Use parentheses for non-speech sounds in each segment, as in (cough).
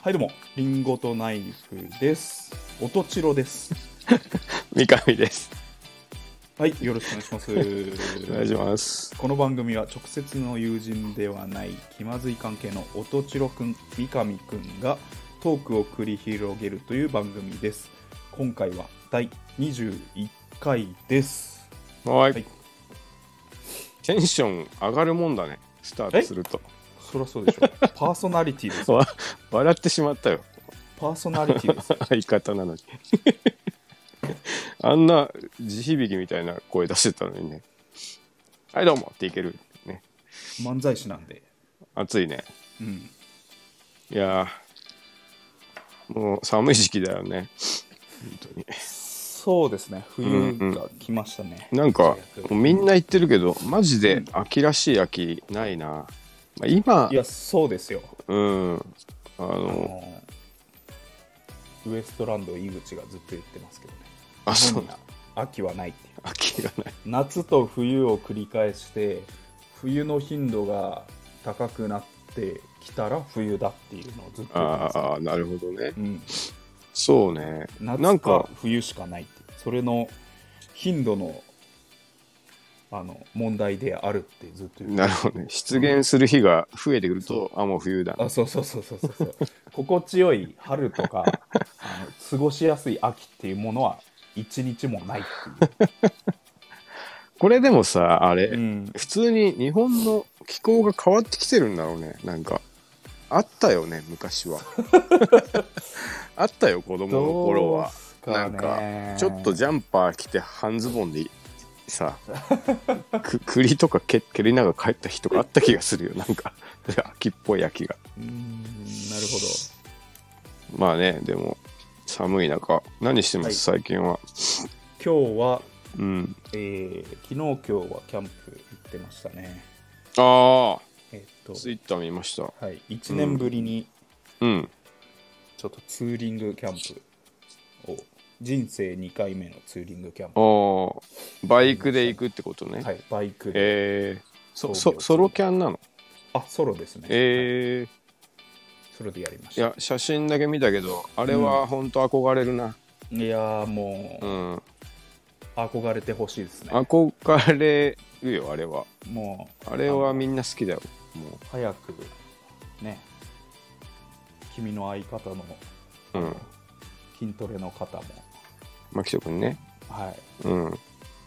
はい、どうも、リンゴとナイフです。おとちろです。三上です。はい、よろしくお願いします。お願いします。この番組は直接の友人ではない気まずい関係の音千代くん三上くんがトークを繰り広げるという番組です今回は第21回ですはい、はいテンション上がるもんだね。スタートすると。そりゃそうでしょパーソナリティですわ (laughs) 笑ってしまったよ。 (laughs) パーソナリティ (laughs) です相方なのに。 (laughs) あんな地響きみたいな声出してたのにね。はい、どうもっていける。ね。漫才師なんで暑いね。うんいやーもう寒い時期だよね。本当に。そうですね冬が来ましたね、なんか、もうみんな言ってるけど、マジで秋らしい秋ないな。まあ、今い、やそうですようん。ああの、のウエストランド井口がずっと言ってますけどねあ、日そう本には秋はないっていう秋がない。夏と冬を繰り返して冬の頻度が高くなってきたら冬だっていうのをずっと言ってますああ、なるほどね。うん、そうね。な夏んかか、冬しかないっていうそれの頻度のあの問題であるってずっと言ってなるほどね。出現する日が増えてくると、あ、もう冬だな。あそうそうそうそうそう (laughs) そう心地よい春とかあの過ごしやすい秋っていうものは一日もないってこれでもさ、あれ、いう、うん、普通に日本の気候が変わってきてるんだろうね。なんか、あったよね、昔 (laughs) は。あったよ、子供の頃は。なんか、ちょっとジャンパー着て半ズボンでさ、 (laughs) く栗とか蹴蹴りながら帰った日とかあった気がするよ。なんか、秋っぽい秋が。うーんなるほどまあね、でも寒い中、何してます、最近は。今日は、うん。えー昨日今日はキャンプ行ってましたね。あえっあ、と、ツイッター見ました。はい、1年ぶりにうん。ちょっとツーリングキャンプを、人生2回目のツーリングキャンプ、ああ、バイクで行くってことね。はい、バイクで、ええそそうそソロキャンなのあソロですね、ええソロでやりましいた。や、写真だけ見たけど、あれは本当憧れるな。いやーもう、うん。憧れてほしいですね。憧れるよ、あれは。もう、あれはみんな好きだよ。も早く、ね、君の相方のう。うん。筋トレの方も、牧人君ね。はい、うん。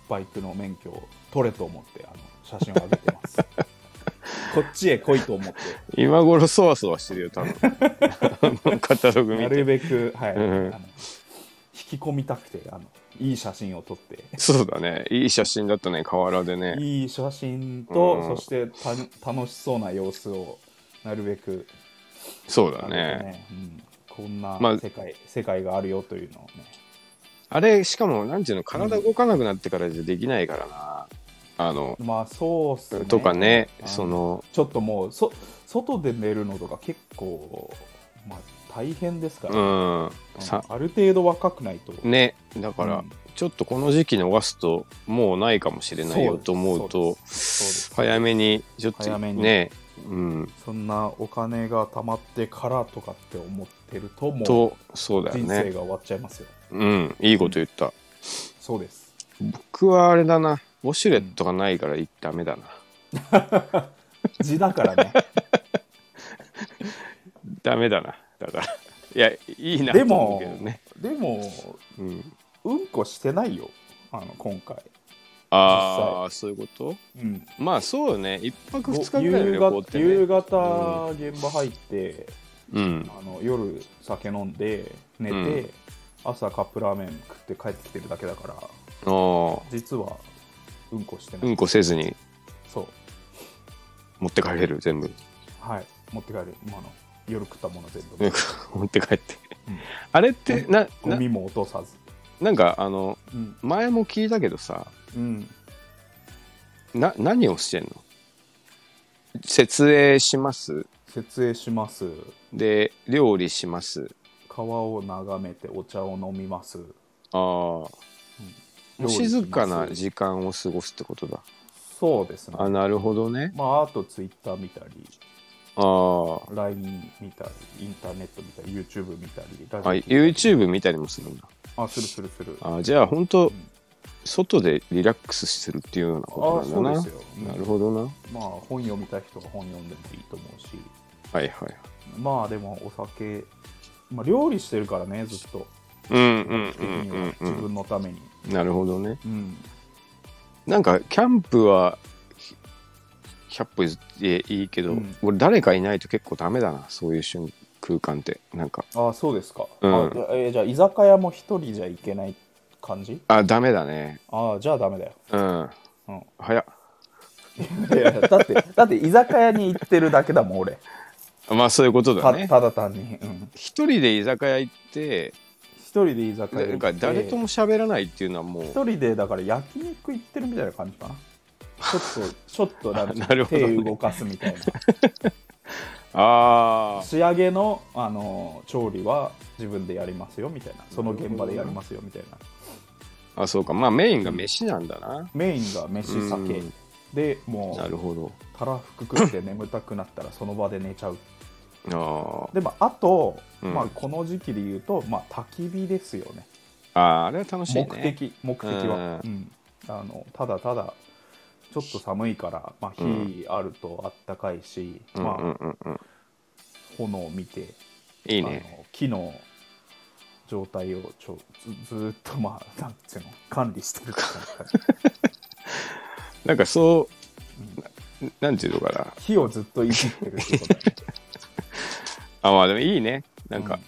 バイクの免許を取れと思ってあの写真を上げて (laughs) ますこっちへ来いと思って今頃そわそわしてるよ、多分。あのカタログ見なて。るべく、はいうんあの引き込みたくてあのいい写真を撮ってそうだね。いい写真だったね、河原でね。いい写真と、うんそしてた楽しそうな様子をなるべくそうだあのね。うん、こんなまあ世界,、世界があるよというのをねあれ、しかも、なんていうの、体動かなくなってからじゃできないからな。あの、まあそうっすねとかね、うんその、ちょっともうそ外で寝るのとか結構、まあ、大変ですから、うん、さ、ある程度若くないと、ね、だかうらん、ちょっとこの時期逃すと、もうないかもしれないそうよですと思うそうと、です早めに、ちょっ早とめにね、うん、そんなお金が貯まってからとかって思ってるともうと、そうだよ人生ねが。終わっちゃいますよ、うん、いいこと言った。そうです僕はあれだな、ウォシュレットがないからダメだな。字だから (laughs) ねダメだな。だから、いや、いいなとで思うもけどね。でもうんうんこしてないよあの今回、ああそういうことうん、まあそうよね一泊二日ぐらいの夕旅行っ方てね夕方現場入って、うんあの夜酒飲んで寝て、うん朝カップラーメン食って帰ってきてるだけだからああ実はうんこしてない、うんこせずにそう持って帰れる全部 (laughs) はい持って帰る今の夜食ったもの全部、うんこ持って帰ってうんあれってなゴなミも落とさずなんかあのうん、前も聞いたけどさうん、な何をしてんの設営します設営しますで料理します川を眺めてお茶を飲みますあ料あ理します静かな時間を過ごすってことだそうですねあなるほどねまああとツイッター見たりあ LINE 見たりインターネット見たり YouTube 見たりラあ、あジオ聞いたり YouTube 見たりもするんだ。あするするするあじゃあ、本当外でリラックスするっていうようあなこあとそうなんだでなす。よ、うんなるほどな。まあ本読みたい人は本読んでもいいと思うしはいはい。まあでもお酒、まあ、料理してるからねずっとうんう的にはんうん自うん分のために、うん。なるほどね。うん、なんか、キャンプは、100歩譲っていいけど、うん俺誰かいないと結構ダメだなそういう瞬空間ってなんかああそうですか、うんあじゃあえーじゃあ居酒屋も一人じゃいけない感じあダメだねああじゃあダメだよ、うんうん早っいやいやだ (laughs) ってだって居酒屋に行ってるだけだもん俺まあそういうことだたねただ単に、うん、一人で居酒屋行って一人で居酒屋な行んっかて誰とも喋らないっていうのはもう一人でだから焼肉行ってるみたいな感じかなちょっとちょっと (laughs) なんなかるほどね手動かすみたいなあ仕上げのあの調理は自分でやりますよみたいなその現場でやりますよみたいなーあそうかまあメインが飯なんだな、メインが飯酒うんでもなうるほどたらふく食って眠たくなったらその場で寝ちゃうあーでもあと、うんまあ、この時期で言うと、まあ、焚き火ですよねあーあれは楽しいね目的目的は、ううんあのただただちょっと寒いから、まあ、火あるとあったかいし、うんまうあん、うんうん炎を見ていいねあの木の状態をちょずずーっとまあなんていうの管理してるって感 (laughs) じなんかそうななんていうのかな火をずっといじってるってことだ (laughs) ねあまあでもいいねなんか、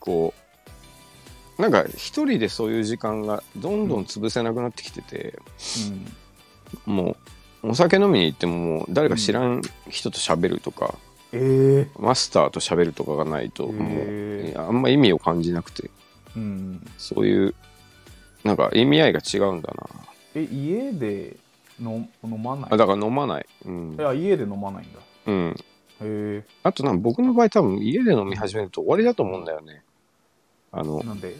こうなんか一人でそういう時間がどんどん潰せなくなってきてて、うんうんもうお酒飲みに行ってももう誰か知らん人と喋るとか、えマスターと喋るとかがないとへーもういやあんま意味を感じなくてーうん、そういうなんか意味合いが違うんだなえ家での飲まないあだから飲まない、うんいや家で飲まないんだうん、へあとなんか僕の場合多分家で飲み始めると終わりだと思うんだよねあのえなんで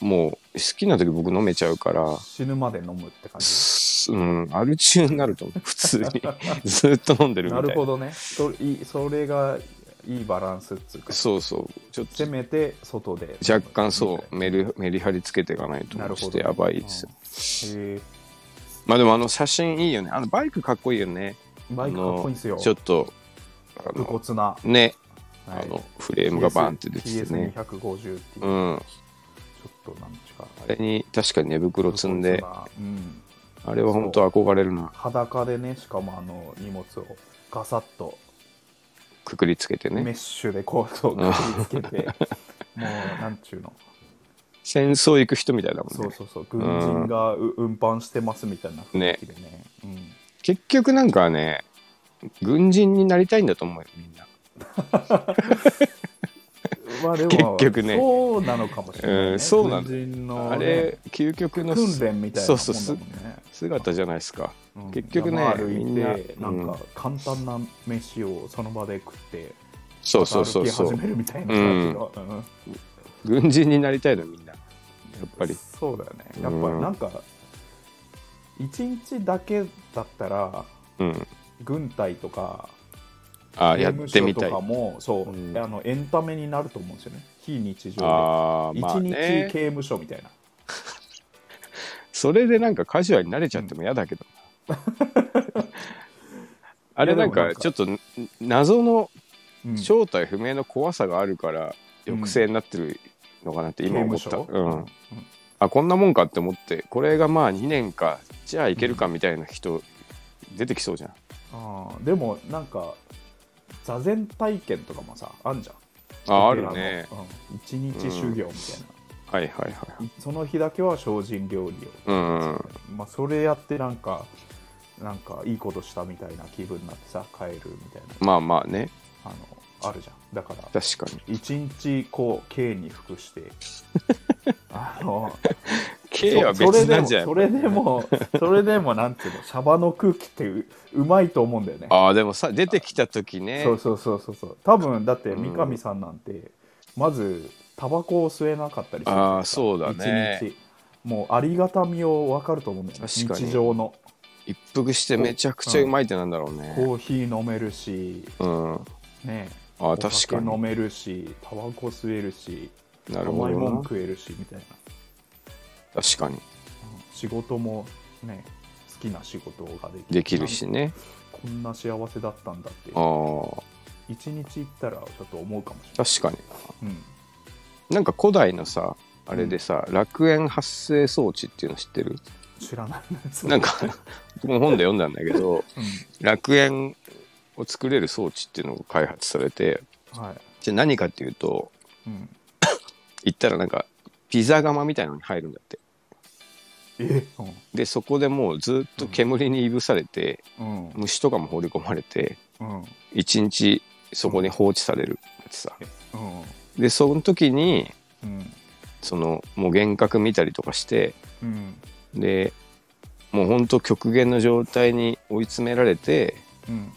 もう好きな時僕飲めちゃうから死ぬまで飲むって感じすうん、アル中になると思う (laughs) 普通にずっと飲んでるみたないなるほどねそれいいそれがいいバランスっつうかそうそうちょっとせめて外で若干そうメリメリハリつけていかないとなるちょほっどとやばいですよ、うんへまあでもあの写真いいよねあのバイクかっこいいよねえバイクかっこいいんすよあのちょっとあ武の骨なね、はいあのフレームがバーンって出ててね PS250 っていう、うちんあょっとなんちかあれに確かに寝袋積んでうん、あれは本当憧れるな裸でねしかもあの荷物をガサッとくくりつけてメねッシュでコートをくくりつけ (laughs) て、もうなんちゅうの戦争行く人みたいだもんねそうそうそう軍人がう運搬してますみたいな雰囲気でねうん、結局なんかね軍人になりたいんだと思うよみんなまあでも結局ねそうなのかもしれない、ねうんそうなの軍人の、ね、あれ究極の訓練みたいなもんだもんねそうそうす姿じゃないですかうん結局ね山歩いてみんななんか簡単な飯をその場で食ってそうそうそうそまた歩きう始めるみたいな感じが、うんやっ軍人になりたいのみんなやっぱりそうだよねやっぱりなんか一日だけだったらうん軍隊とかあ刑やっ務て所みとたいかもそう、うんあのエンタメになると思うんですよね非日常あでー一、まあ日刑ね務所みたいなそれでなんかカジュアルに慣れちゃっても嫌だけど、 (laughs) あれないんやでもなんかかちょっと謎のうん正体不明の怖さがあるからうん抑制になってるのかなって今思った、刑務所うん、あこんなもんかって思ってこれがまあ2年かじゃあいけるかみたいな人出てきそうじゃん、あーでもなんか座禅体験とかもさあんじゃんああるねお寺のうん一日修行みたいはいはいはいな、その日だけは精進料理を、うんまあ、それやってなんかなんかいいことしたみたいな気分になってさ帰るみたいなまあまあねあのあるじゃんだから確かに一日こう刑に服して (laughs) あの K は別なんじゃないそれでもそれでもそれでもなんていうのシャバの空気ってううまいと思うんだよねああでもさ出てきた時ねそうそうそうそうそう多分だって三上さんなんて、まずタバコを吸えなかったりするじゃないあーそうだね一日もうありがたみを分かると思うんだよね確かに日常の一服してめちゃくちゃうまいってなんだろうね。コーヒー飲めるしうん。あねあ、お確酒かに飲。めるしタバコ吸えるしなるほ甘いもんどな。食えるしみたいな、確かに。うん仕事もね好きな仕事ができるできるしね。こんな幸せだったんだってああ、一日行ったらちょっと思うかもしれない確かに。うんなんか古代のさ、あれでさ、楽園発生装置っていうの知ってる知らないですな (laughs) んか、もう本で読んだんだけど、う楽園を作れる装置っていうのが開発されて、んはいじゃあ何かっていうと、うん行ったらなんか、ピザ窯みたいなのに入るんだって。えうんで、そこでもうずっと煙にいぶされて、うん虫とかも放り込まれてうん一日そこに放置されるってさうんでその時にうんそのもう幻覚見たりとかしてうんでもうほんと極限の状態に追い詰められてうん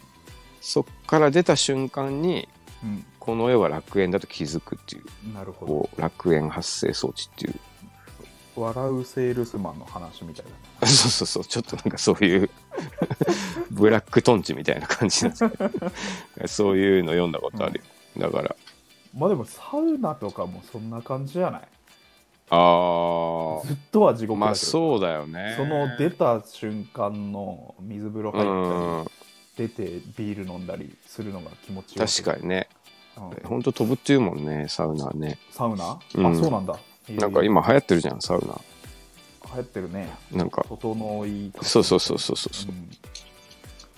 そっから出た瞬間にうこの世は楽園だと気づくっていうんなるほどこう楽園発生装置っていう笑うセールスマンの話みたいな (laughs) そうそうそうちょっとなんかそういう (laughs) ブラックトンチみたいな感じなん (laughs) ですけどそういうの読んだことあるよ、だからまあでもサウナとかもそんな感じじゃないああずっとは地獄だけど、まあそうだよねその出た瞬間の水風呂入ったり出てビール飲んだりするのが気持ちうよん確かにねうんほんと飛ぶっていうもんねサウナねサウナ、うんあそうなんだ、えーなんか今流行ってるじゃんサウ流行ってるねナなんか整いそうそうそうそうそううん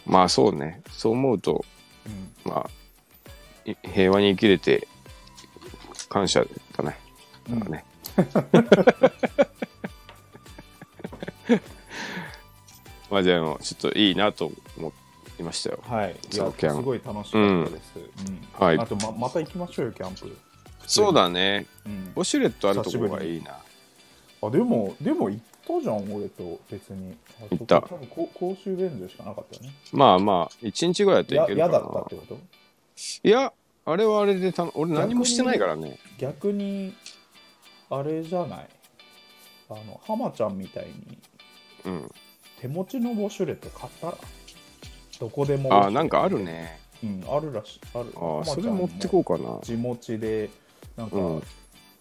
まあそうねそう思うとうんまあい平和に生きれて感謝だねだからね、 (laughs) まあでもちょっといいなと思いましたよはいいそやうキャンすごい楽しかったです、うんはいあとままた行きましょうよキャンプ、そうだねうんウォシュレットあるとこがいいなあでもでも行ったじゃん俺と別にあ行ったそこ多分こ公衆便所しかなかったよねまあまあ1日ぐらいだやといけるか嫌なだったってこといや、あれはあれでた、俺何もしてないからね。逆にあれじゃないあの浜ちゃんみたいにうん。手持ちのウォシュレット買ったらどこでもあー、なんかある、ね。うん、あるらしいあるあーそれ持ってこうかな。地持ちでなんか、うん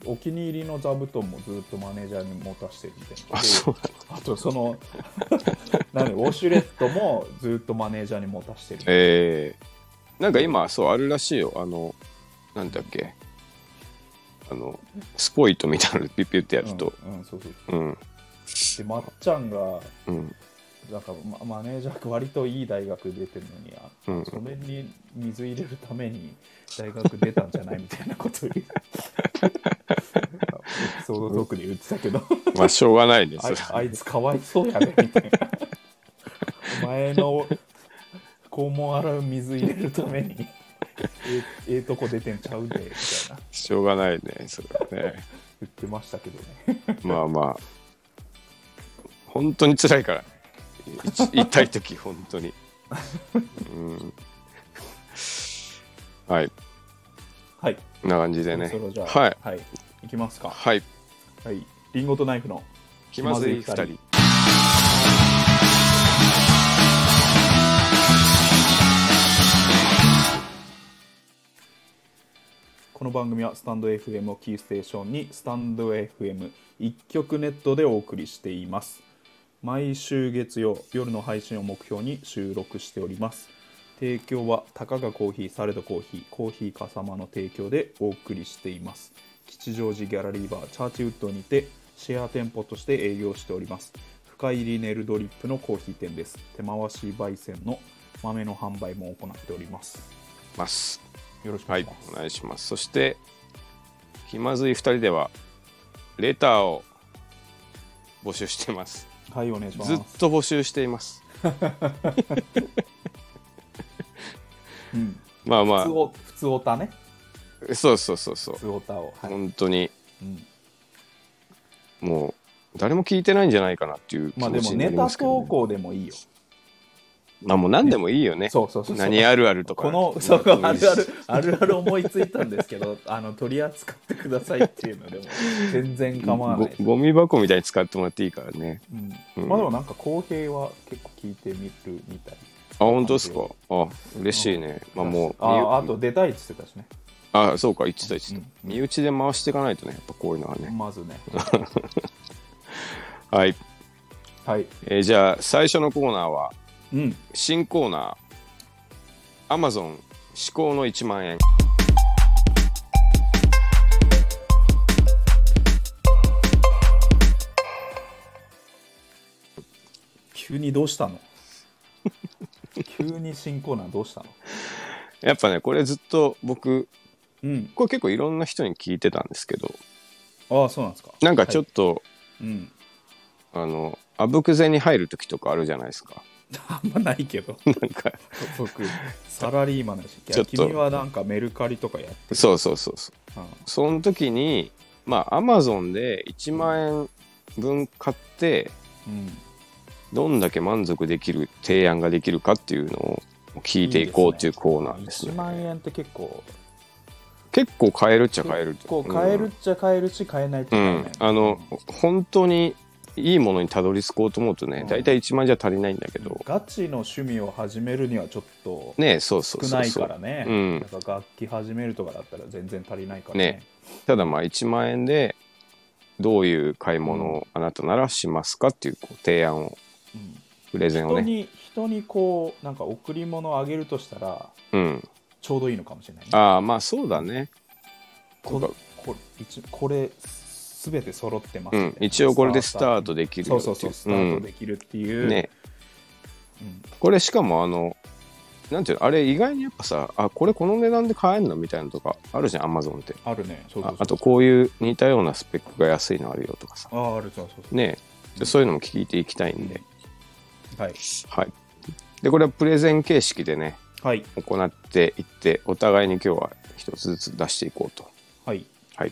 お気に入りの座布団もずっとマネージャーに持たしてるみたいなあ、でそうあとその (laughs) 何ウォシュレットもずっとマネージャーに持たしてるみたいえー、なんか今、そう、あるらしいよ。あの、なんだっけ。あの、スポイトみたいなのピュッピュってやなると。うんうんそうそううん。でまっちゃんがうん。なんかママネージャーが割といい大学出てるのにあうん。それに水入れるために大学出たんじゃないみたいなこと (laughs) を言うエピソードトークで言ってたけどまあ、しょうがないね、そあれい。あいつかわいそうやねみたいなお前の肛門洗う水入れるためにえええとこ出てんちゃうでみたいなしょうがないね、それはね。言ってましたけどねまあまあ。本当に辛いから。い痛い時、本当に。うん。はい。はいこんな感じでねそ。ろそろじゃあはい。はい、いきますかはい。はいリンゴとナイフの気まずい二気まずい人二。この番組はスタンド FM をキーステーションにスタンド FM 一曲ネットでお送りしています毎週月曜夜の配信を目標に収録しております提供はたかがコーヒーサレドコーヒーコーヒーかさまの提供でお送りしています吉祥寺ギャラリーバーチャーチウッドにてシェア店舗として営業しております深入りネルドリップのコーヒー店です手回し焙煎の豆の販売も行っておりますます。よろしくおは願いいします、。お願いします。そして。気まずい二人では。レターを。募集してます。はい、お願いします。ずっと募集しています。うん、まあま普通お、普通おたね。あ。そうそうそうそう普。通おたを。はい。本当に。うんもう。誰も聞いてないんじゃないかなっていう気まあで持もちになネりタますけど、投ね稿でもいいよ。まあもう何でもいいよね。そうそうそうそう何あるあるとか。このそうあるあるあるある思いついたんですけどあの取り扱ってくださいっていうのでも全然構わないです、ごゴミ箱みたいに使ってもらっていいからね。うん、まあでもなんか公平は結構聞いてみるみたいあ、本当ですか。あ、嬉しいね。まあもう。ああと出たいっつってたしねあそうか言ってた言ってた、身内で回していかないとねやっぱこういうのはね、まず (laughs) ねはい、はいえーじゃあ最初のコーナーはうん新コーナー Amazon 至高の1万円急にどうしたの急に新コーナーどうしたのやっぱねこれずっと僕うんこれ結構いろんな人に聞いてたんですけどああそうなんですかなんかちょっと、と、はいうん (laughs) あのあぶくぜに入る時とかあるじゃないですか (laughs) あんまないけどなんか僕サラリーマンだしいちょやっと君はなんかメルカリとかやってそうそうそうそうたのその時にまあ Amazon で1万円分買ってうんどんだけ満足できる提案ができるかっていうのを聞いていこうっていうコーナーですね1万円って結構結構買えるっちゃ買える結構買えるっちゃ買えるし買えないとう買えん、ない、うんあの本当にいいものにたどり着こうと思うとね、うん大体1万じゃ足りないんだけど、ガチの趣味を始めるにはちょっとねそうそう少そなういそかうらねうんなんか楽器始めるとかだったら全然足りないからねねただまあ1万円でどういう買い物をあなたならしますかっていうこう提案をうんプレゼンを人ね、に人にこうなんか贈り物をあげるとしたらうん、ちょうどいいのかもしれないねああまあそうだねことこか一これすべて揃ってますうね、ん、一応これでスタートできるそようってそういうそうスタうートんできるっていう、ねうんこれしかもあのなんていうのあれ意外にやっぱさあこれこの値段で買えんのみたいなのとかあるじゃんアマゾンってあるねそうそうあそうあとこういう似たようなスペックが安いのあるよとかさああるそうそうそうねでそういうのも聞いていきたいんで、はいはいでこれはプレゼン形式でねはい行っていってお互いに今日は一つずつ出していこうとはいはい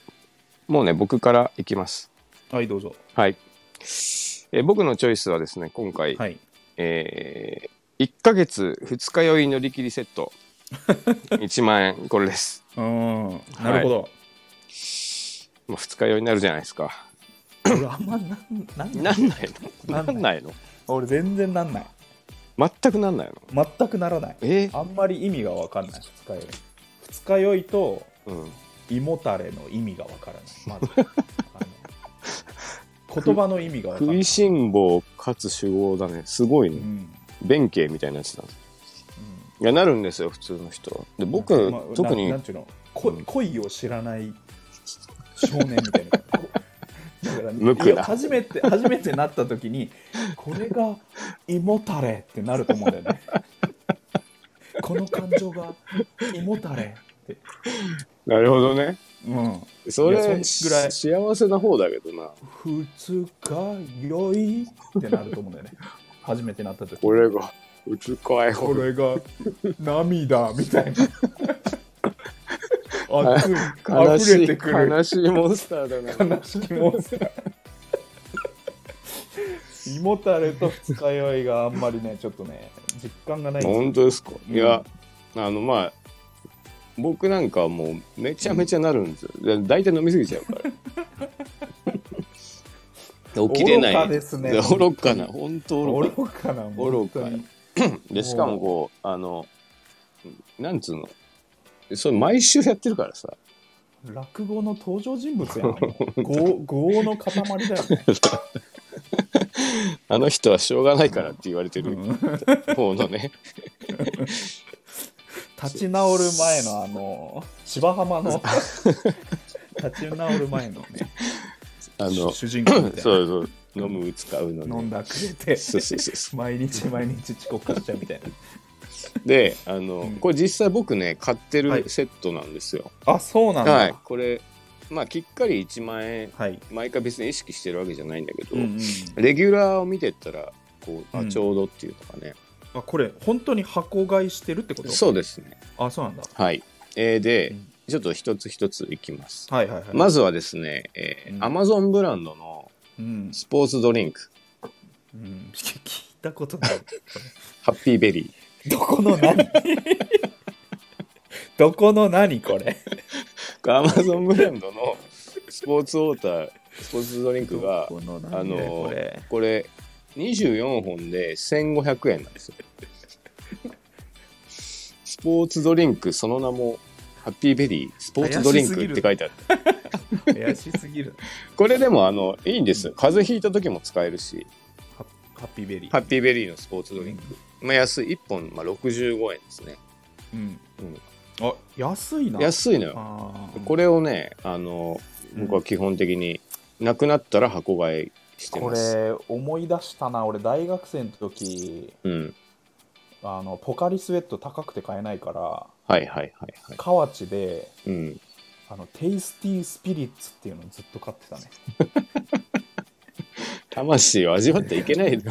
もうね僕からいきますはいどうぞはいえー僕のチョイスはですね今回、はいえー、1ヶ月二日酔い乗り切りセッ (laughs) ト1万円これです、うんなるほど、まあ、二日酔いになるじゃないですか俺あんまなんなんないなんないのななんなんないい俺全然なんないの全くなんないの全くならないえあんまり意味が分かんない二日酔い二日酔いとうん、胃もたれの意味が分からないま (laughs) ずあの言葉の意味が分かんな食いいしん坊かつ酒豪だねすごいうんね弁慶みたいなやつだいやなるんですよ普通の人はで僕、うんまあ特にななんていうのこうん恋を知らない少年みたいな (laughs) こうだから無垢ないや初めて初めてなった時にこれが胃もたれってなると思うんだよ (laughs) ねこの感情が胃もたれってなるほどねうんそれいやそんぐらい幸せな方だけどな二日酔いってなると思うんだよね初めてなった時これが二日酔いこれが涙み (laughs) たいな熱い悲し溢れいてくる悲しいモンスターだな悲しきモンスター胃もたれと二日酔いがあんまりねちょっとね実感がないんですよ本当ですかうんいや、あのまあ僕なんかはもうめちゃめちゃなるんですよ、だ大体飲みすぎちゃうから (laughs) 起きれない愚かですね愚かな本当愚か愚かな本当にでしかもこうあのなんつうのそれ毎週やってるから (laughs) さ落語の登場人物やん業業の塊だよね、あの人はしょうがないからって言われてうるん方のね、立ち直る前のあの芝浜の立ち直る前のねあの主人公みたいそうそう飲む使うのな飲んねだくれてそうそうそうそ毎日毎日遅刻しちゃうみたいなうであの、うんこれ実際僕ね買ってはいるセットなんですよ、あそうなんだはい、これまあきっかり1万円はい、毎回別に意識してるわけじゃないんだけど、うんうんレギュラーを見てったらこううあんちょうどっていうのがね、あこれ本当に箱買いしてるってことそうですねあそうなんだはい、えーで、うんちょっと一つ一ついきます、はいはいはいまずはですね、えーうん Amazon ブランドのうん、スポーツドリンクうん、聞たことない。ハッピーベリ (laughs) ー。どこの何 (laughs) どこの何これ。アマゾンブランドのスポーツウォーター、スポーツドリンクが、どこの何あだよのこれ。これ24本で1500円なんですよ。スポーツドリンク、その名も、ハッピーベリースポーツドリンクって書いてある。怪しすぎる。これでも、あの、いいんですよ。風邪ひいた時も使えるし、ハハッピーベリー。ハッピーベリーのスポーツドリンク。ク。まあ、安い、1本、まあ、65円ですね。うん。うんあ安いな。安いのよ。あーこれをね、あの、僕は基本的になくなったら箱買いしてこます。れ思い出したな俺大学生の時うん。あのポカリスエット高くて買えないからはいはいはいはい。河内でうん。あのテイスティースピリッツっていうのをずっと買ってた (laughs) ね魂を味わっていけな (laughs) いの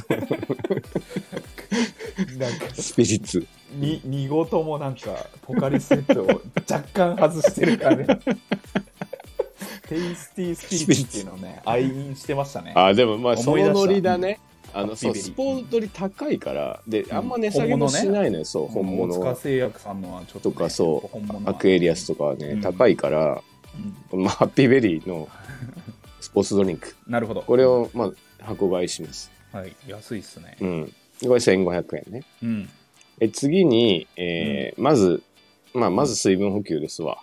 なんかスピリッツ。に2ごともなんかポカリスエットを若干外してる (laughs) 感じテイスティースピリッツっていうのをね愛飲してましたねあ、でもまあ、そ思い出のしたノリだね。あの、ハッそう、ピーベリースポーツり高いから、で、あんま値下げ本も物ねしないのよ、そう、本大物塚は。製薬さんのはちょっと、とね、かそう本物はアクエリアスとかはね、うん高いから、うんまあ、ハッピーベリ (laughs) ーのスポーツドリンク。なるほどこれを、まあ、箱買いします。はい安いっすねうん。これ1500円ね。うんえ次に、えーまず、まあ、まず水分補給ですわ。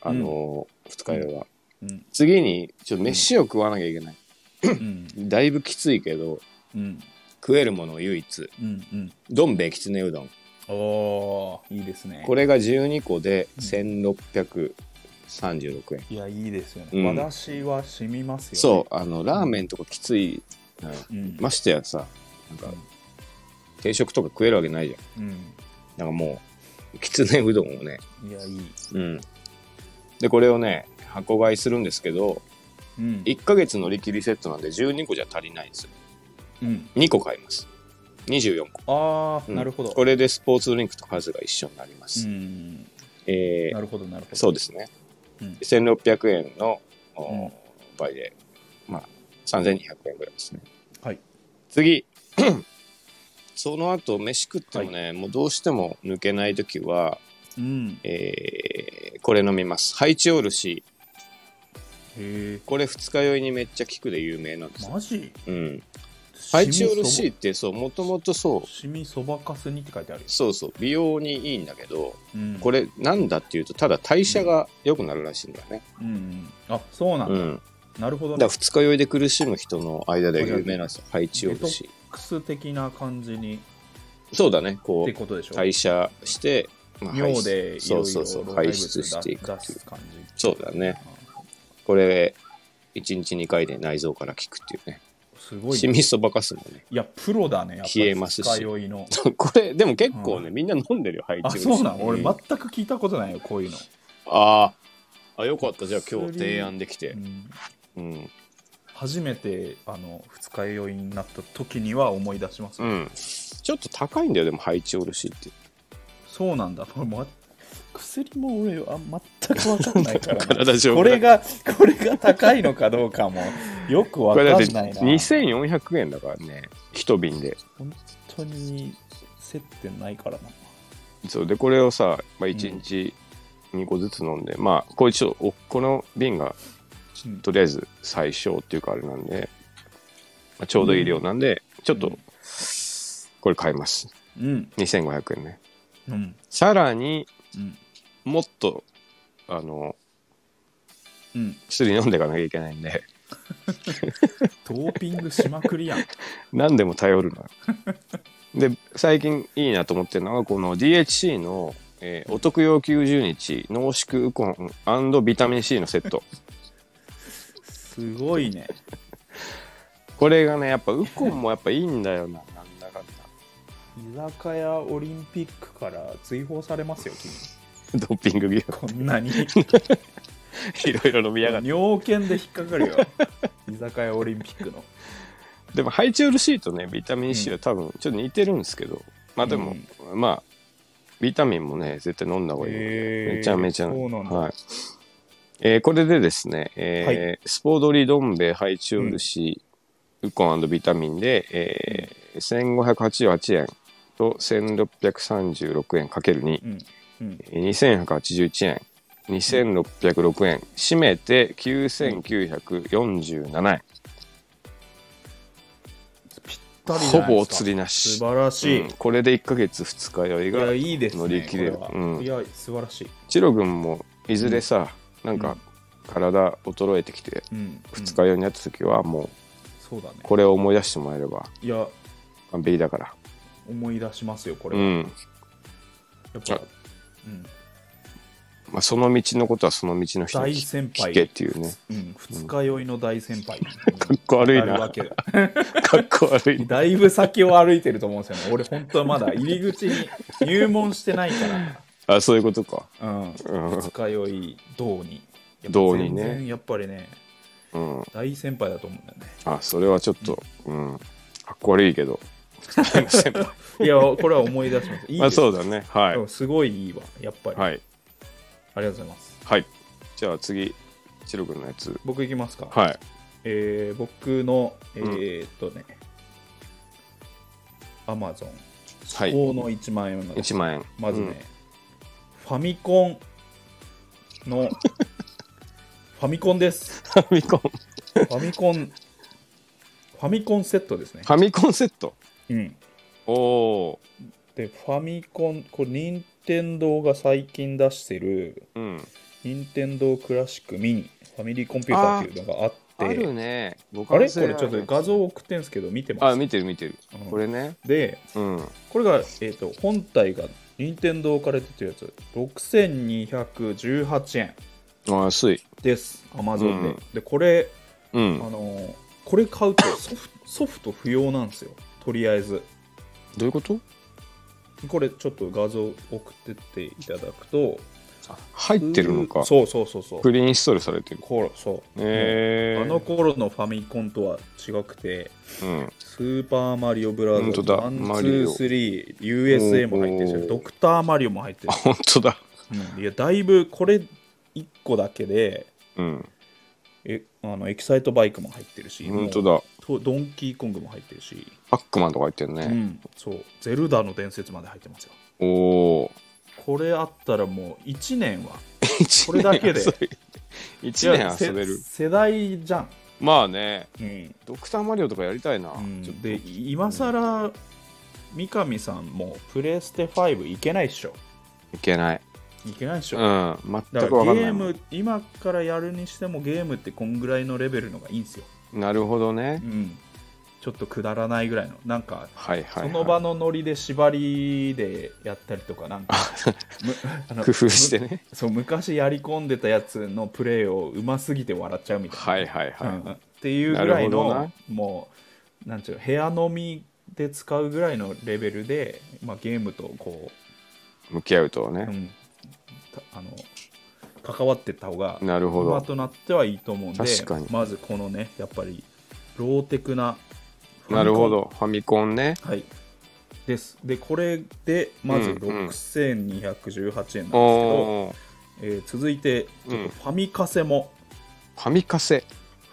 あのー、二、日酔いは。うん次に、ちょっと飯を食わなきゃいけない。うんだいぶきついけど、うん食えるものを唯一、うんうんどん兵衛きつねうどん。おーいいですねこれが12個でうん1636円。いやいいですよね、うん私は染みますよ、ね、そう、あの、ラーメンとかきつい。う、んましてやさ、なんか、定食とか食えるわけないじゃん。うん、なんかもう、きつねうどんをね、いやいい、うん。で、これをね、箱買いするんですけど、うん1ヶ月乗り切りセットなんで12個じゃ足りないんですよ。うん、 2個買います。24個。ああ、うんなるほどこれでスポーツドリンクと数が一緒になりまうす。んえなー、るほどなるほどそうですね。うん1600円の、おうん倍で、まあ、3200円ぐらいですね。はい次 (clears throat) その後飯食ってもね、もうどうしても抜けない時は、うんえーこれ飲みますハイチオールシへえこれ二日酔いにめっちゃ効くで有名なんですよ、マジうん、ハイチオールシってそうもともとそうシミそばかすにって書いてあるよ、そうそう美容にいいんだけどうん、これれなんだっていうとただ代謝が良くなるらしいんだよね、うん、うん、あそうなんうだ、ん、なるほどだねから二日酔いで苦しむ人の間では有名なんですよハイチオールシクス的な感じにそうだねっこてうことでしょ代謝して、まあ尿でいろそういそうそうろ排出していく出っていうす感じそうだねこれ、1日2回で内臓から効くっていうね。すごいシねミそばかすもね。 (laughs) いやプロだねやっぱり消えますし二日酔い (laughs) のこれ、でも結構ね、うみんな飲んでるよ、ハイチあュウそうなの俺あ全く聞いたことないよこういうの、あーあ、よかった。じゃあ今日提案できてう。んうん。初めてあの二日酔いになった時には思い出します、うん。ちょっと高いんだよ、でも、ハイチュウルシって。そうなんだこ (laughs) れ、ま、薬も俺は全く分かんない (laughs) からな体丈夫。これ、がこれが高いのかどうかもよくこ分れかだっんてないな2400円だからね。一瓶で。本当に接点ないからなそう。で、これをさ、まあ、1日2個ずつ飲んで、まあ、これちょっとお、この瓶がうんとりあえず最小っていうかあれなんで、まあ、ちょうどいい量なんで、ちょっうとんこれ買いますうん2500円ねうんさらにうんもっとあのうん薬飲んでいかなきゃいけないんでドーピングしまくりやん何でも頼るなで最近いいなと思ってるのがこの DHC の、えーお得要求10日濃縮ウコンビタミン C のセットすごいねこれがねやっぱウコンもやっぱいいんだよななんだかんだ居酒屋オリンピックから追放されますよ君ドーピング疑惑こんなにいろいろ飲みやがって尿検で引っかかるよ居酒屋オリンピックのでもハイチュウルシーとねビタミン C は多分ちょっと似てるんですけど、まあでも、まあビタミンもね絶対飲んだ方がいい、めちゃめちゃそうなんだ、はいえーこれでですね、えーはスポドリドンベイハイチュウルシー、ウコンビタミンで、えー1588円と1636円かける2、うんうん2181円2606円締めて9947円ぴったりじゃないでほすかぼお釣りな素し晴らしい、うんこれで1ヶ月2日酔いいやがいいですね乗り切れるこはうんいや素晴らしい、チロ君もいずれさ、なんか体衰えてきてうん、二日酔いになった時はもうそうだねこれを思い出してもらえればいや完璧だから思い出しますよこれうは、ん、やっあぱ、うんまあ、その道のことはその道の人大に聞先輩けっていうねうん、二日酔いの大先 (laughs) 輩、かっこ悪いあるなわけだかっこ悪いなだいぶ先を歩いてると思うんですよね。俺、本当はまだ入り口に入門してないか、(laughs) あそういうことからうん、うん二日酔い、道に。やっぱ道にね全然やっぱりね、うん大先輩だと思うんだよね。あそれはちょっと、うんかっこ (laughs) 悪いけど先輩いや、これは思い出します。いいあですそうだねはい、うんすごいいいわ、やっぱり。はいありがとうございます。はいじゃあ次チロ君のやつ僕いきますか。はいえー僕の、えーっとね、アマゾン、はいこの1万円の1万円まずね、ファミコン (laughs) のファミコンです。ファミコンフファミコン、ファミコンセットですね。ァミコンセットうん、おおで、ファミコン、これ、任天堂が最近出してる、ーうん任天堂クラシックミニ、ファミリーコンピューターっていうのがあって、あるね僕あれこれちょっと画像送ってんですけど、見てます。あ見てる見てるうんこれねで、うんこれが、えー、と本体が任天堂から出てるやつ、6218円あ安いです、アマゾンで。うんで、これ、うあんのーこれ買うとソフソフト不要なんですよとりあえずどういうことこれちょっと画像送ってっていただくと入ってるのかそうそうそうそうクリーンインストールされてるこうそう、えー、あの頃のファミコンとは違くてうんスーパーマリオブラザーほズんとだマリオ123 USA も入ってるおしードクターマリオも入ってるあ、本当だうんいやだいぶこれ1個だけでうんえあのエキサイトバイクも入ってるし本当もうだとドンキーコングも入ってるし、パックマンとか入ってるうね、ん、そうゼルダの伝説まで入ってますよおおこれあったらもう1年は1これだけで1いや年せ遊べる世代じゃん、まあねうんドクターマリオとかやりたいな、ちょっとで今さら三上さんもプレステ5いけないっしょいけないいけないっしうょ、んだ全くかわらかんゲないーもんム今からやるにしてもゲームってこんぐらいのレベルのがいいんですよ、なるほどねうん、ちょっとくだらないぐらいのなんかはいはい、そはい、の場のノリで縛りでやったりとか (laughs) なんかむ (laughs) あの工夫してねむそう昔やり込んでたやつのプレーをうますぎて笑っちゃうみたいな、はいはいはい、うんっていうぐらいなるほどのなもうなんちゅうの部屋飲みで使うぐらいのレベルで、まあ、ゲームとこ向き合うとう、うね、ん、たあの関わってった方がなるほ今どとなってはいいと思うんで確かにまずこのねやっぱりローテクななるほどファミコンねはいですでこれでまずうんうん6218円なんですけど、おおーえー続いてちょっとファミカセも、ファミカセ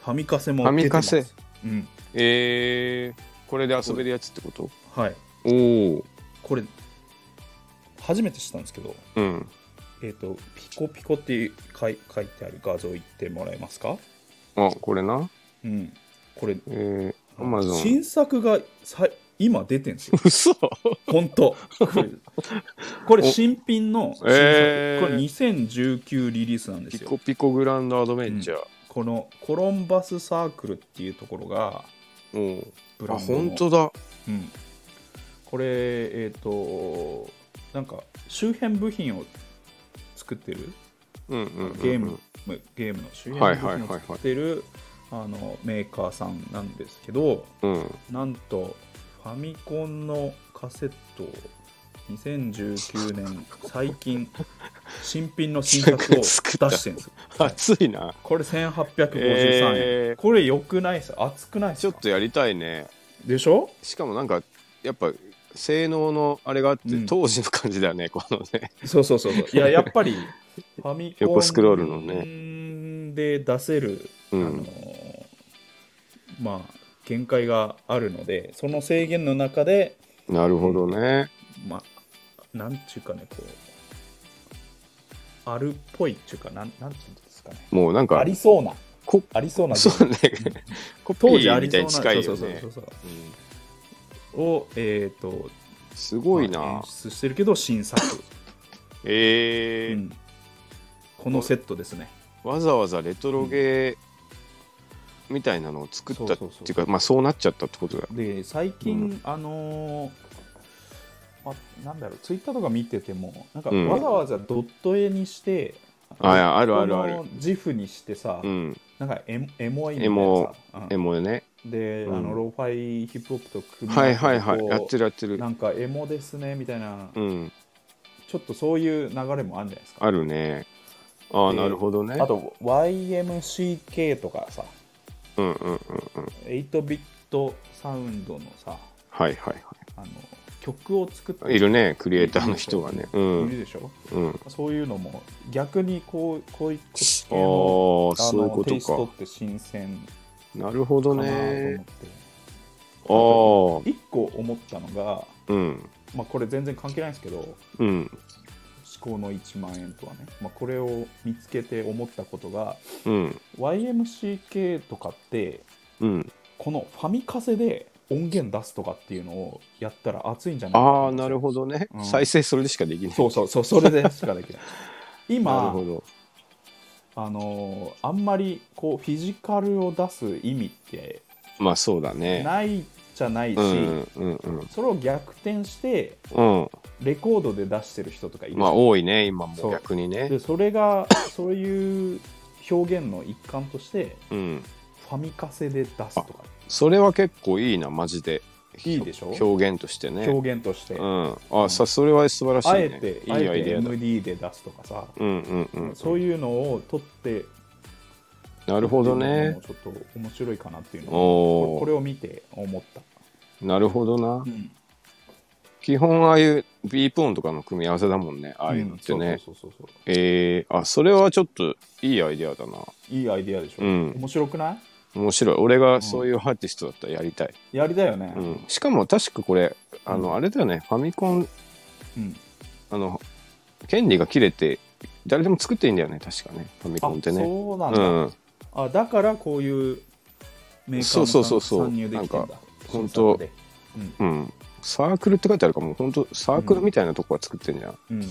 ファミカセも出てますファミカセうんえー、これで遊べるやつってことはいおおこれ初めて知ったんですけど、うんえー、とピコピコって書い書いてある画像いってもらえますか、あこれなうん、これえー、アマゾン新作がさ今出てんですよ (laughs) 嘘本当これこれ新品の新作、えーこれ2019リリースなんでピすコよピコグランドアドベンチャこのコロンバスサークルっていうところがー、おおブあランドの本当だうん、これえっ、となんか周辺部品を作ってるうんうんうんうんゲーム、ゲームの周はい辺はいはい部は品をい作ってるあのメーカーさんなんですけどうんなんとファミコンのカセットを2019年最近新品の新作を出作ったしてるんですよ熱いなこれ1853円、えーこれ良くないです熱くないですちょっとやりたいねでしょしかもなんかやっぱ性能のあれがあって、うん当時の感じだよねこのねそうそう (laughs) そうそう。いや、やっぱり、ファミコン横スクロールので出せる、うんあの、まあ、限界があるのでその制限の中でなるほどね。まあなんちゅうかねこうあるっぽいっちゅうかなんなんちゅうんですかねもうなんかありそうなこありそうなそうね。コピ当時あーりみそたういなに近そいようそうねそ。うそううんそうをえっ、とすごいまあ演な。出してるけど新作、うえーん、このセットですねわざわざレトロゲーみたいなのを作ったそうっそうそうていうか、まあそうなっちゃったってことだよ。で最近、うあのーあなんだろうツイッターとか見ててもなんかうんわざわざドット絵にして、あいやあるあるあるドットのジフにしてさ、うん。なんかエモエモいみたエいなモさ、エモよね。うんで、うんあのローファイヒップホップと組み合わはせいてはいはい。こうやってるやってるな。んかエモですねみたいな、うん。ちょっとそういう流れもあるんじゃないですかあるね。ああ、でなるほどね。あと YMCK とかさうんうんうんうん。 8ビットサウンドのさはいはいあの曲を作ってはい。いるね、クリエイターの人がね。ういん。るでしょ、うん。そういうのも逆にこうこういうこっちああ系のー、あそういうのこテイストとか。って新鮮なるほどかなと思っね。てああ。一個思ったのが、うん。まあ、これ全然関係ないんですけど思うん。考の1万円とはね、まあ、これを見つけて思ったことがうん。 YMCK とかってうん。このファミカセで音源出すとかっていうのをやったら熱いんじゃないかとあ思あ、うんですよなるほどねう。ん再生それでしかできない。そうそうそうそれでしかできない (laughs) なる今ほど。あのーあんまりこうフィジカルを出す意味ってまあそうだね。ないじゃないし、うんうんうんそれを逆転してうん。レコードで出してる人とかいる、まあ多いね、今そもう逆にね。でそれがそういう表現の一環としてうん。ファミカセで出すとかそれは結構いいな、マジで。いいでしょ表現としてね。表現として、うん。あ、さ、それは素晴らしいね。あえていいあアえイてデアだ。 MD で出すとかさ、うんうんうん。そういうのを取ってなるほどね。ちょっと面白いかなっていうのをおこおれ。を見て思った、なるほどな。基本ああいうビープ音とかの組み合わせだもんね。ああいうのってうんね。そうそうそうそうえー、あ、それはちょっといいアイデアだな。いいアイディアでしょ、うん面白くない面白い。俺がそういうアーティストだったらやりたい。やりだよね、うん。しかも確かこれ、あうの、んあれだよね。ファミコンうんあの権利が切れて誰でも作っていいんだよね確かねファミコンっあてねそうなんだ、うんあだからこういうメーカーそもうそうそうそう参入できてんなんだ本新作当でうんうんサークルって書いてあるからもう本当サークルみたいなとこが作ってんじゃん、うん、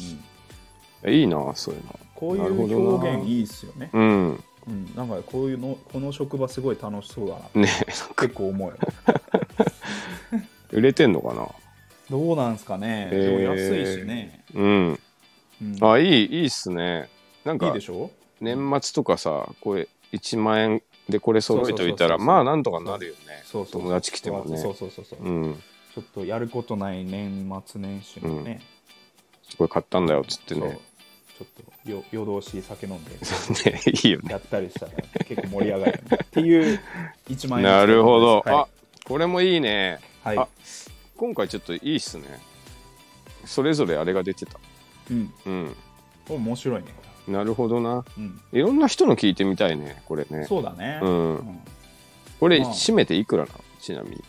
えいいなそういうのこうなるほいどうな表現いいっすよね、うんうん、なんかこういうのこの職場すごい楽しそうだなってね結構 (laughs) 思うよ売れてんのかなどうなんすかね、へーでも安いしね、うんうん、あいいいいっすねなんいいかでしょ年末とかさこれ1万円でこれ揃えといたそうそうそうらそうまあなんとかなるよねそうそうそう友達来てもねそうそうそうそう、うんちょっとやることない年末年始のね、これ買ったんだよっつってねそうちょっとよ夜通し酒飲んで (laughs) ねいいよねやったりしたら結構盛り上がるよねっていう1万円なるほど、はあこれもいいねい、あは今回ちょっといいっすねそれぞれあれが出てたい、うんうん面白いね、なるほどなうん、いろんな人の聞いてみたいねこれねそうだね、うんんこれまあ締めていくらなのちなみに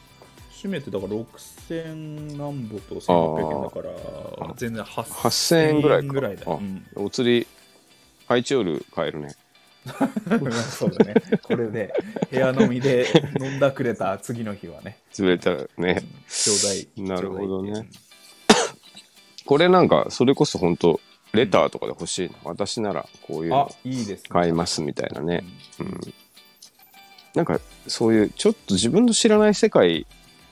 締めてだから6000何歩と1800円だからあ全然8000 8000円ぐらいかぐらいだ、あうん、お釣りハイチオール買えるね (laughs) そうだねこれで部屋飲みで飲んだくれた次の日はね釣れたらねちょうだいなるほどねちょうだいってこれなんかそれこそ本当レターとかで欲しいな、私ならこういううんあのいいですね買いますみたいなねうんうんなんかそういうちょっと自分の知らない世界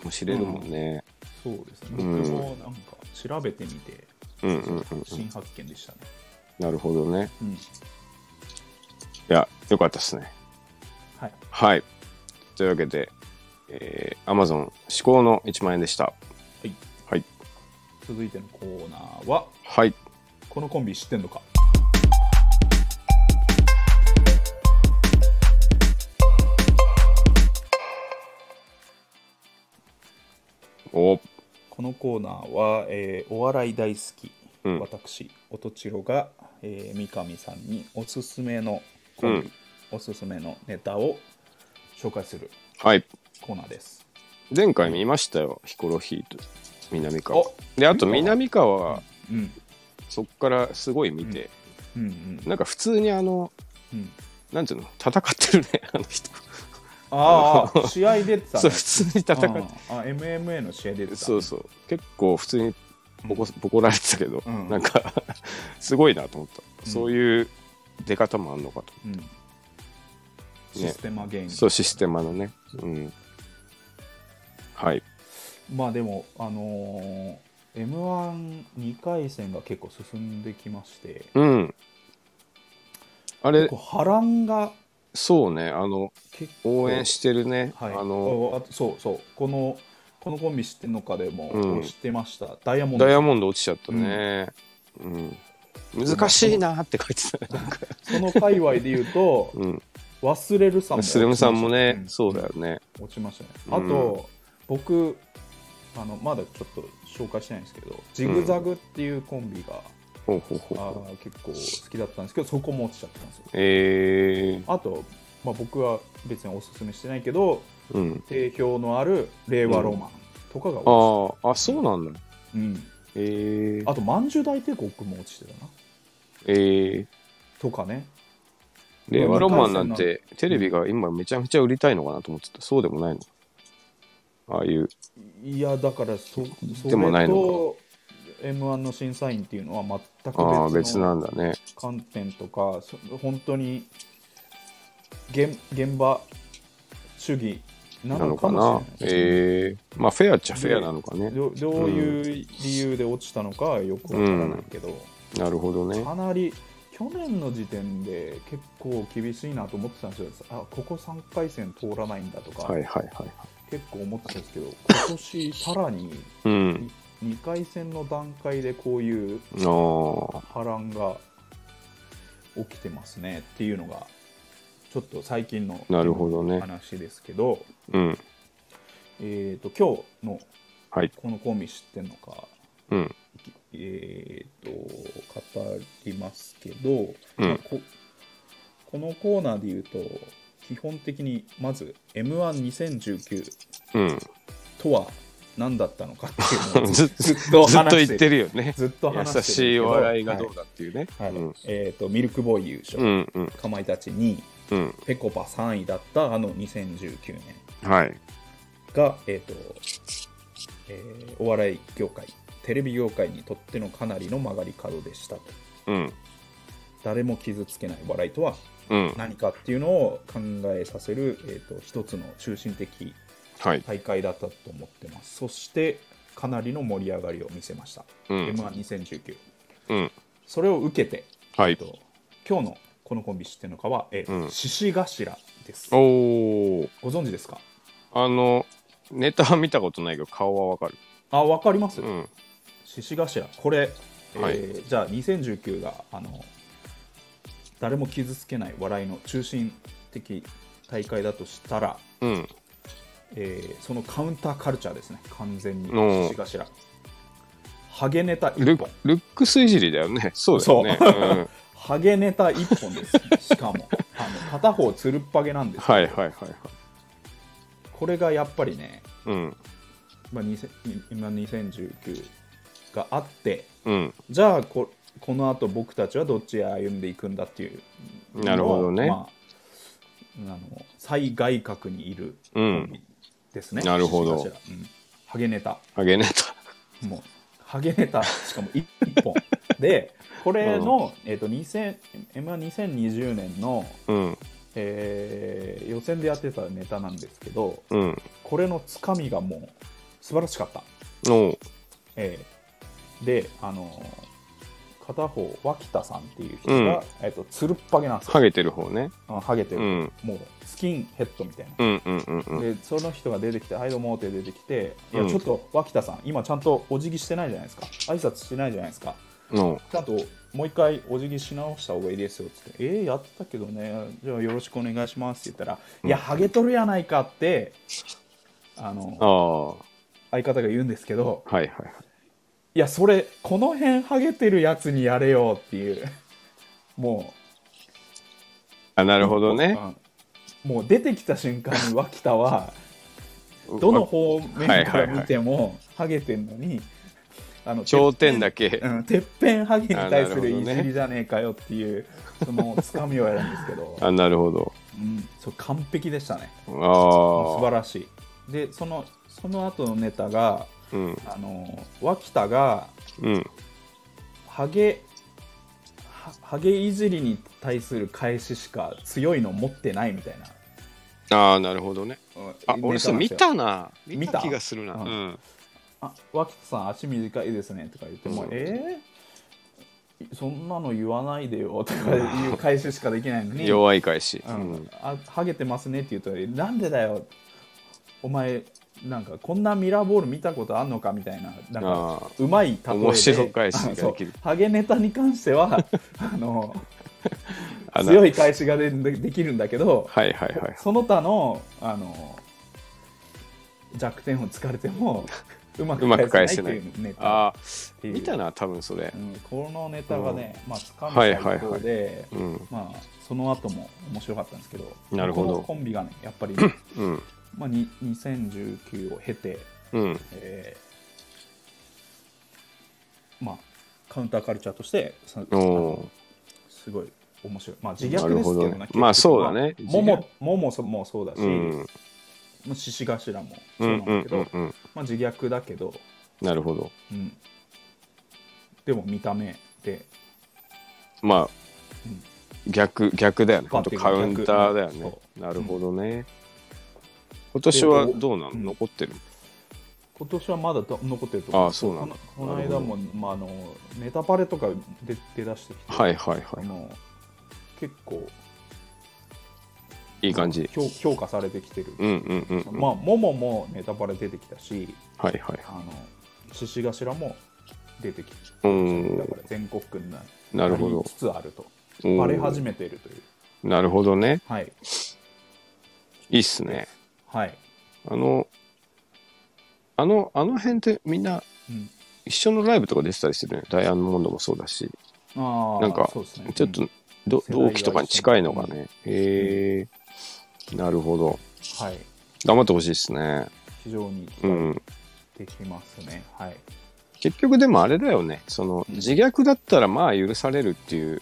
も知れるもんね、そうですね。僕うんもなんか調べてみて、うん、うんうんうん新発見でしたね。なるほどねうん。いやよかったっすねはい。はい。というわけで、えー、Amazon 至高の1万円でした。はい。はい。続いてのコーナーは、はい。このコンビ知ってんのか。おこのコーナーは、えーお笑い大好き、うん私、音千代が、えー三上さんにおすすめのコンビ、うんおすすめのネタを紹介するはい。コーナーです。前回見ましたよヒコロヒーと南川おであと南川はうんそっからすごい見て、うんうんなんか普通にあのうん。なんていうの戦ってるね (laughs) あの人あ (laughs) あ、試合出てた、ね。そう普通に戦ってうんあ、MMA の試合出てた。そうそう結構普通にボコボコられてたけど、うんなんか (laughs) すごいなと思った、うんそういう出方もあんのかと、うん。システマゲイン、そうシステマのねうんはいまあでも、あのー、m 1 2回戦が結構進んできまして、うんあ結れ構波乱がそうねあの結構応援してるね、はい、あのあとそうそうこのこのコンビ知ってんのかでも、うん知ってましたダイヤモンドダイヤモンド落ちちゃったね、うん難しいなって書いてた、ね、なんかその界隈で言う (laughs) と (laughs) うん忘れるさんもスレムさんもね、うんそうだよね落ちましたねあうんと、僕あのまだちょっと紹介してないんですけどジグザグっていうコンビが、ほうほうほうあほうー結構好きだったんですけどそこも落ちちゃったんですよえあと、まあ、僕は別におすすめしてないけどー、うん定評のある令和ロマンとかがあ落ちーあそうなんた、だうん、えー、あとまんじゅう大帝国も落ちてたなえー、とかね令和ロマンなん二回てテレビが今めちゃめちゃ売りたいのかなと思ってたそうでもないのああいういやだからそそでもなれいのかと m 1の審査員っていうのは全ああく別別のなんだね観点とかそ本当に現現場主義ななののかかもなしれないですねええまあフェアっちゃフェアなのかねどどういう理由で落ちたのかはよくわからないけど、なるほどねかなり去年の時点で結構厳しいなと思ってたんですよあここ3回戦通らないんだとか、はいはいはい結構思ってたんですけど今年さらにうん2回戦の段階でこういうああ波乱が起きてますねっていうのがちょっと最近のなるほどね話ですけど、うんえー、と今日のはいこのコンビ知ってんのか、うんえー、と語りますけど、うんまあここのコーナーで言うと基本的にまず m 1 2 0 1 9うんとは何だったのかっていうの (laughs) をずずずっとずっと話言しっててるるよねずっと話して優るしい笑いがどうだ、だっていうねはいうんえー、とミルクボーイ優勝、うんうんかまいたち2位うんぺこぱ3位だったあの2019年はいが、えーとえーお笑い業界テレビ業界にとってのかなりの曲がり角でしたとうん誰も傷つけない笑いとはうん何かっていうのを考えさせる、えー、と一つの中心的はい大会だったと思ってますそしてかなりの盛り上がりを見せました、うん m 1 2 0 1 9うんそれを受けて、はえっいと、今日のこのコンビ知ってるのかは、えうん獅子頭ですおおご存知ですかあのネタは見たことないけど顔はわかるあわかりますうん獅子頭これ、えーはいじゃあ2019があの誰も傷つけない笑いの中心的大会だとしたら、うんえーそのカウンターカルチャーですね完全にうん獅子頭ハゲネタ1ル本ルックスいじりだよね。そうだよね。そううんハゲネタ1本です、しかもあの片方つるっぱげなんですけどはいはいはいはい。これがやっぱりね、うん。まあ、2000今2019があってうん。じゃあここのあと僕たちはどっちへ歩んでいくんだっていうのをなるほどねまあ、あの最外角にいるコンビですね、うんなるほど獅子頭うんハゲネタハゲネタ。もうハゲネタしかも1本でこれの、えっと 2000- M2020 年の、うん。えー予選でやってたネタなんですけどうん。これのつかみがもう素晴らしかった。おうえーで、あのー片方脇田さんっていう人が、うんえっとつるっぱげなんですよハゲてる方ね。あのハゲてうる、ん。もうスキンヘッドみたいな、うんうんうんうん。でその人が出てきて「はいどうも」って出てきて「いやうんちょっと脇田さん今ちゃんとお辞儀してないじゃないですか挨拶してないじゃないですかおうちゃんともう一回お辞儀し直した方がいいですよ」っつって「えー、やってたけどねじゃあよろしくお願いします」って言ったら「いやハゲとるやないか」ってあのああ。は相方が言うんですけどいはいはい。いや、それ、この辺ハゲてるやつにやれよっていう。もあ、なう。るほどね。うん。もう出てきた瞬間に脇田は、どの方面から見てもハゲてんのに、あの頂点だけうん、てっぺんハゲに対するあなるほいどねじりじゃねえかよっていう、そのつかみをやるんですけど、 (laughs) あなるほどうん、そう完璧でしたね素晴ああらしいでそのその後のネタがうんあの脇田がうんハゲはハゲいじりに対する返ししか強いの持ってないみたいなああなるほどねうんネタなあんですよ俺それ見たな見見たた気がするなううんんあ脇田さん足短いですねとか言っても、うんえーそんなの言わないでよとかいう返ししかできないのに弱い返しううんん、あハゲてますねって言ったら「なんでだよお前なんかこんなミラーボール見たことあんのか」みたいななんかあうまい例えで面白い返しができあるそうハゲネタに関しては (laughs) あのあ強いい返しがでできるんだけど、はいはいはいその他のあの弱点を突かれてもうまく返せないっていうネタああ見たな多分それうんこのネタがね、まあつかみはい最はいはい高で。うんまあ、その後も面白かったんですけど、なるほどこのコンビがね、やっぱり、 (laughs) うんまあ、に2019を経て、うんえーまあ、カウンターカルチャーとして、さおおすごい面白い。まあ、自虐ですけなどるほどねね結局。まあそうだねももももそもそうだし、ーうんまあ、獅子頭もうそうんなんうだんけうど、んうんまあ、自虐だけど、なるほどうん、でも見た目で、まあうん逆逆だよねまあ本当カウンターだよ逆ねそなるほどね今年はどうなのうん残ってる今年はまだど残ってると思あそうなんだこのこの間も、まあ、あのネタパレとか出出だしてきて、はいはいあはの結構いいい感じ評評価されてきてる、うんうんうんうんまあもももネタバレ出てきたしはいはいあの獅子頭も出てきてうだんから全国区にななるほどりつつあるとおーバレ始めているというなるほどねはいいいっすねはい、あのあのあの辺ってみんなうん、一緒のライブとか出てたりするよねダイヤモンドもそうだしああなんかそうですねちょっうとんど世代が同期とかに近いのがねへえなるほどはい頑張ってほしいですね非常に期う待んできますね、はい結局でもあれだよねそのうん自虐だったらまあ許されるっていう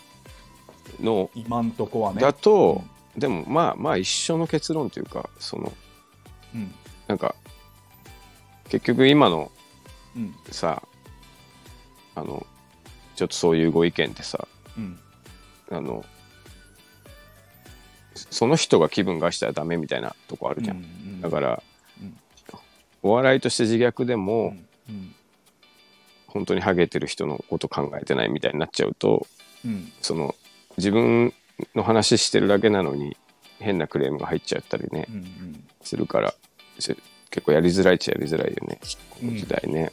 の今んとこはねだと、でもまあまあ一緒の結論というかそのうんなんか結局今のうんさあのちょっとそういうご意見ってさうんあのその人が気分がしたらダメみたいなとこあるじゃん、んだから、うんお笑いとして自虐でも、うんうん本当にハゲてる人のこと考えてないみたいになっちゃうとうんその自分の話してるだけなのに変なクレームが入っちゃったりねうんうんするからせ結構やりづらいっちゃやりづらいよねこの時代ね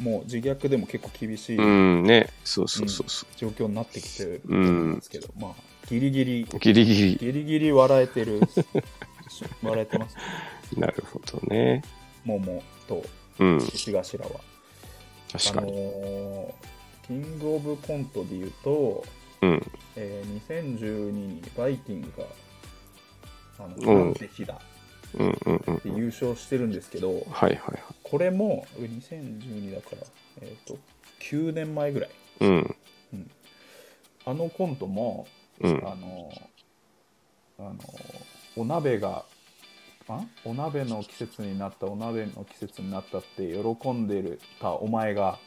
もう自虐でも結構厳しい、うん、ねそうそうそうそう状況になってきてるうんんですけど、まあギリギリギリギリギリギリ笑えてるし笑えてますなるほどねももとうん獅子頭は、確あかのに、ーキングオブコントで言うと、うんえー2012にバイキングが「あのおうなんて日だ」っうんうんうんて優勝してるんですけどはいはいはいこれも2012だから、えー、と9年前ぐらいうんあのコントもうんあのあのお鍋があお鍋の季節になったお鍋の季節になったって喜んでるたお前が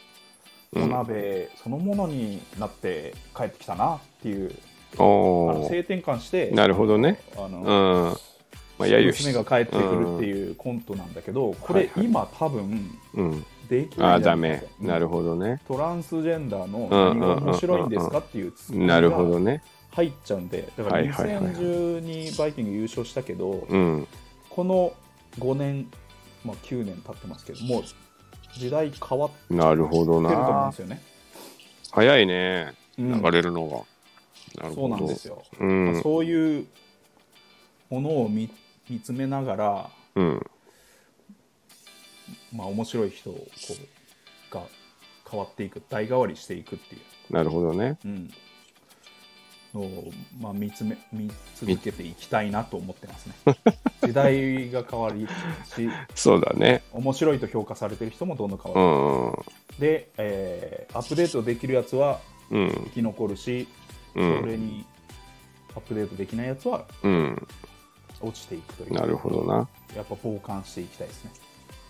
うんお鍋そのものになって帰ってきたなっていう、あのお性ー転換してなるほどねあの、うんまあ揶揄娘が帰ってくるっていうコントなんだけど、これはいはい今多分うんできあないあんじゃダないメですかなるほどねトランスジェンダーの何が面白いんですかっていうツッコミがなるほどね入っちゃうんでだからはいはいはいはい2012バイキング優勝したけど、うんこの5年、まあ、9年経ってますけどもう時代変わってなるほどると思うんなですよね。早いねうん流れるのが、なるそうほなんどですよ、うんそういうものを見見つめながら、うんまあ、面白い人をこうが変わっていく代替わりしていくっていう、なるほどねうんを、まあ、見つめ見続けていきたいなと思って (laughs) ますね時代が変わりしそうだね面白いと評価されてる人もどんどん変わうる、んで、えーアップデートできるやつはうん生き残るし、うそれんにアップデートできないやつはうん落ちていくというなるほどなやっぱ傍観していきたいですね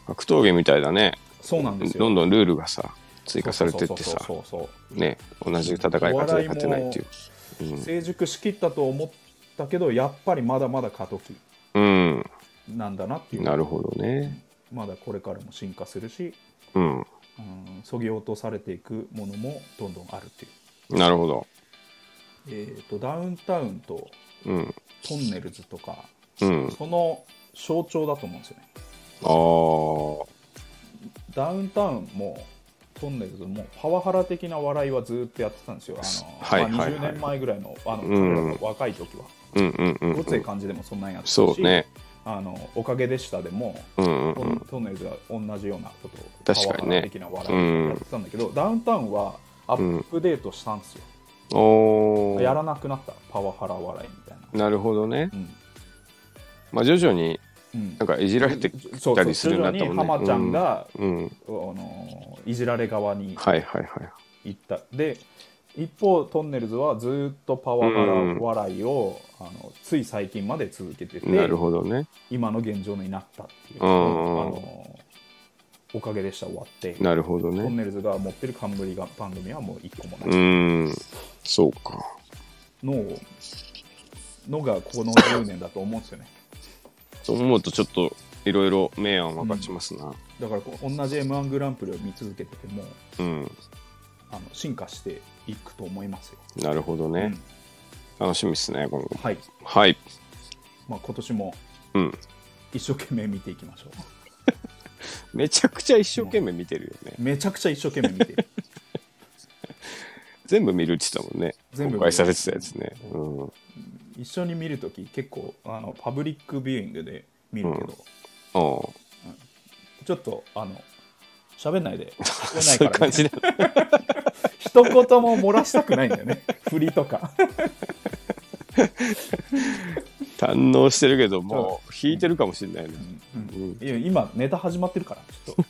格闘技みたいだねそうなんですよどんどんルールがさ追加されてってさそうそうそうそうね同じ戦い方で勝てないっていう成熟しきったと思ったけどやっぱりまだまだ過渡期うん、なんだなっていうん、うなるほどねまだこれからも進化するしうんうんそぎ落とされていくものもどんどんあるっていう、なるほどえー、とダウンタウンとうんトンネルズとかうんその象徴だと思うんですよねああダウンタウンもトンネルズもパワハラ的な笑いはずーっとやってたんですよあの、はいはいはいまあ20年前ぐらいのあのうん彼らが若い時はうんうんうん、ごうついん、感じでもそんなんやってたしそうねあのおかげでしたでもうんうんトうンんトンネルズが同じようなことを確かパワにねハラ的な笑いをやってたんだけど、ダウンタウンはアップデートしたんですよ、おやーらなくなったパワハラ笑いみたいななるほどねうんまあ徐々にうんなんかいじられてそうそたうりする徐よう々にになったもんね浜ちゃんが、うんあのいじられ側にはいはいはい行ったで一方トンネルズはずっとパワハラ笑いを、あのつい最近まで続けててなるほどね今の現状になったっていう、うんあのおかげでした終わってなるほどトンねネルズが持ってる冠が番組はもう一個もなういんそうかのをのがこの10年だと思うんですよねそう思うとちょっといろいろ明暗分かちますなだからこう同じ m 1グランプリを見続けててもうん、あの進化していくと思いますよ、なるほどうねん、楽しみですね今後はい、はいまあ、今年もうん一生懸命見ていきましょうめちゃくちゃ一生懸命見てるよねめちゃくちゃ一生懸命見てる全部見るって言ってたもんね全部公開されてたやつねうん一緒に見るとき結構あのパブリックビューイングで見るけど、うんああちょっとあの喋んないで (laughs) そういう感じだ一言も漏らしたくないんだよ (laughs) ね振りとか堪能してるけどもう引いてるかもしれないな、うんいや今ネタ始まってるからちょっとっ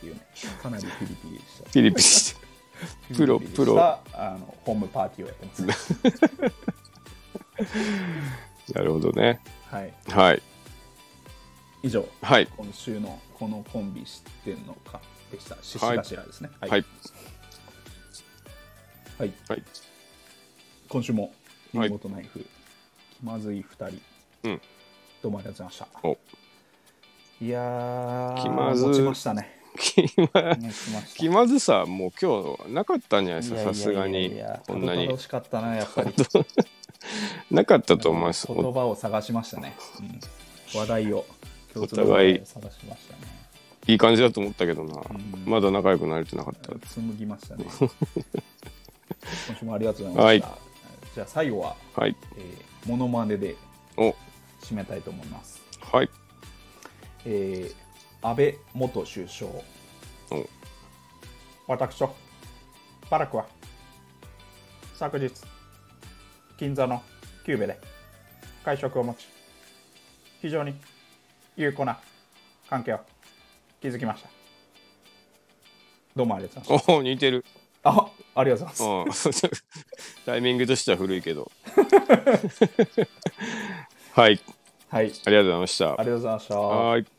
ていうねかなりピリピリしたピリピリしてプロピリピプリしロたあのホームパーティーをやってますなるほどねはいはい以上はい今週のこのコンビ知ってんのかでした獅子はい頭ですねはいはいはい今週もリはいンゴとナイフ、気まずい2人うんどうもありがとうございましたおいやー気まず持ちましたね気ま持ちました気まずさもう今日なかったんじゃないですいかやいやさすがいやいにやこんなに楽しかったなやっぱりなかったと思います言葉を探しましたね、うん話題を共通のお互い話題を探しましたねいい感じだと思ったけどな、まだ仲良くなれてなかった紡ぎました (laughs) ね今週もありがとうございました、じゃあ最後は、はいえー、モノマネでお締めたいと思います、はいえー、安倍元首相お私とバラクは昨日銀座のキューベで会食を持ち非常に有効な関係を築きましたどうもありがとうございまお似てるしたあありがとうございまうん (laughs) タイミングとしては古い (laughs) けどはいすはいありがとうございましたありがとうございましたはい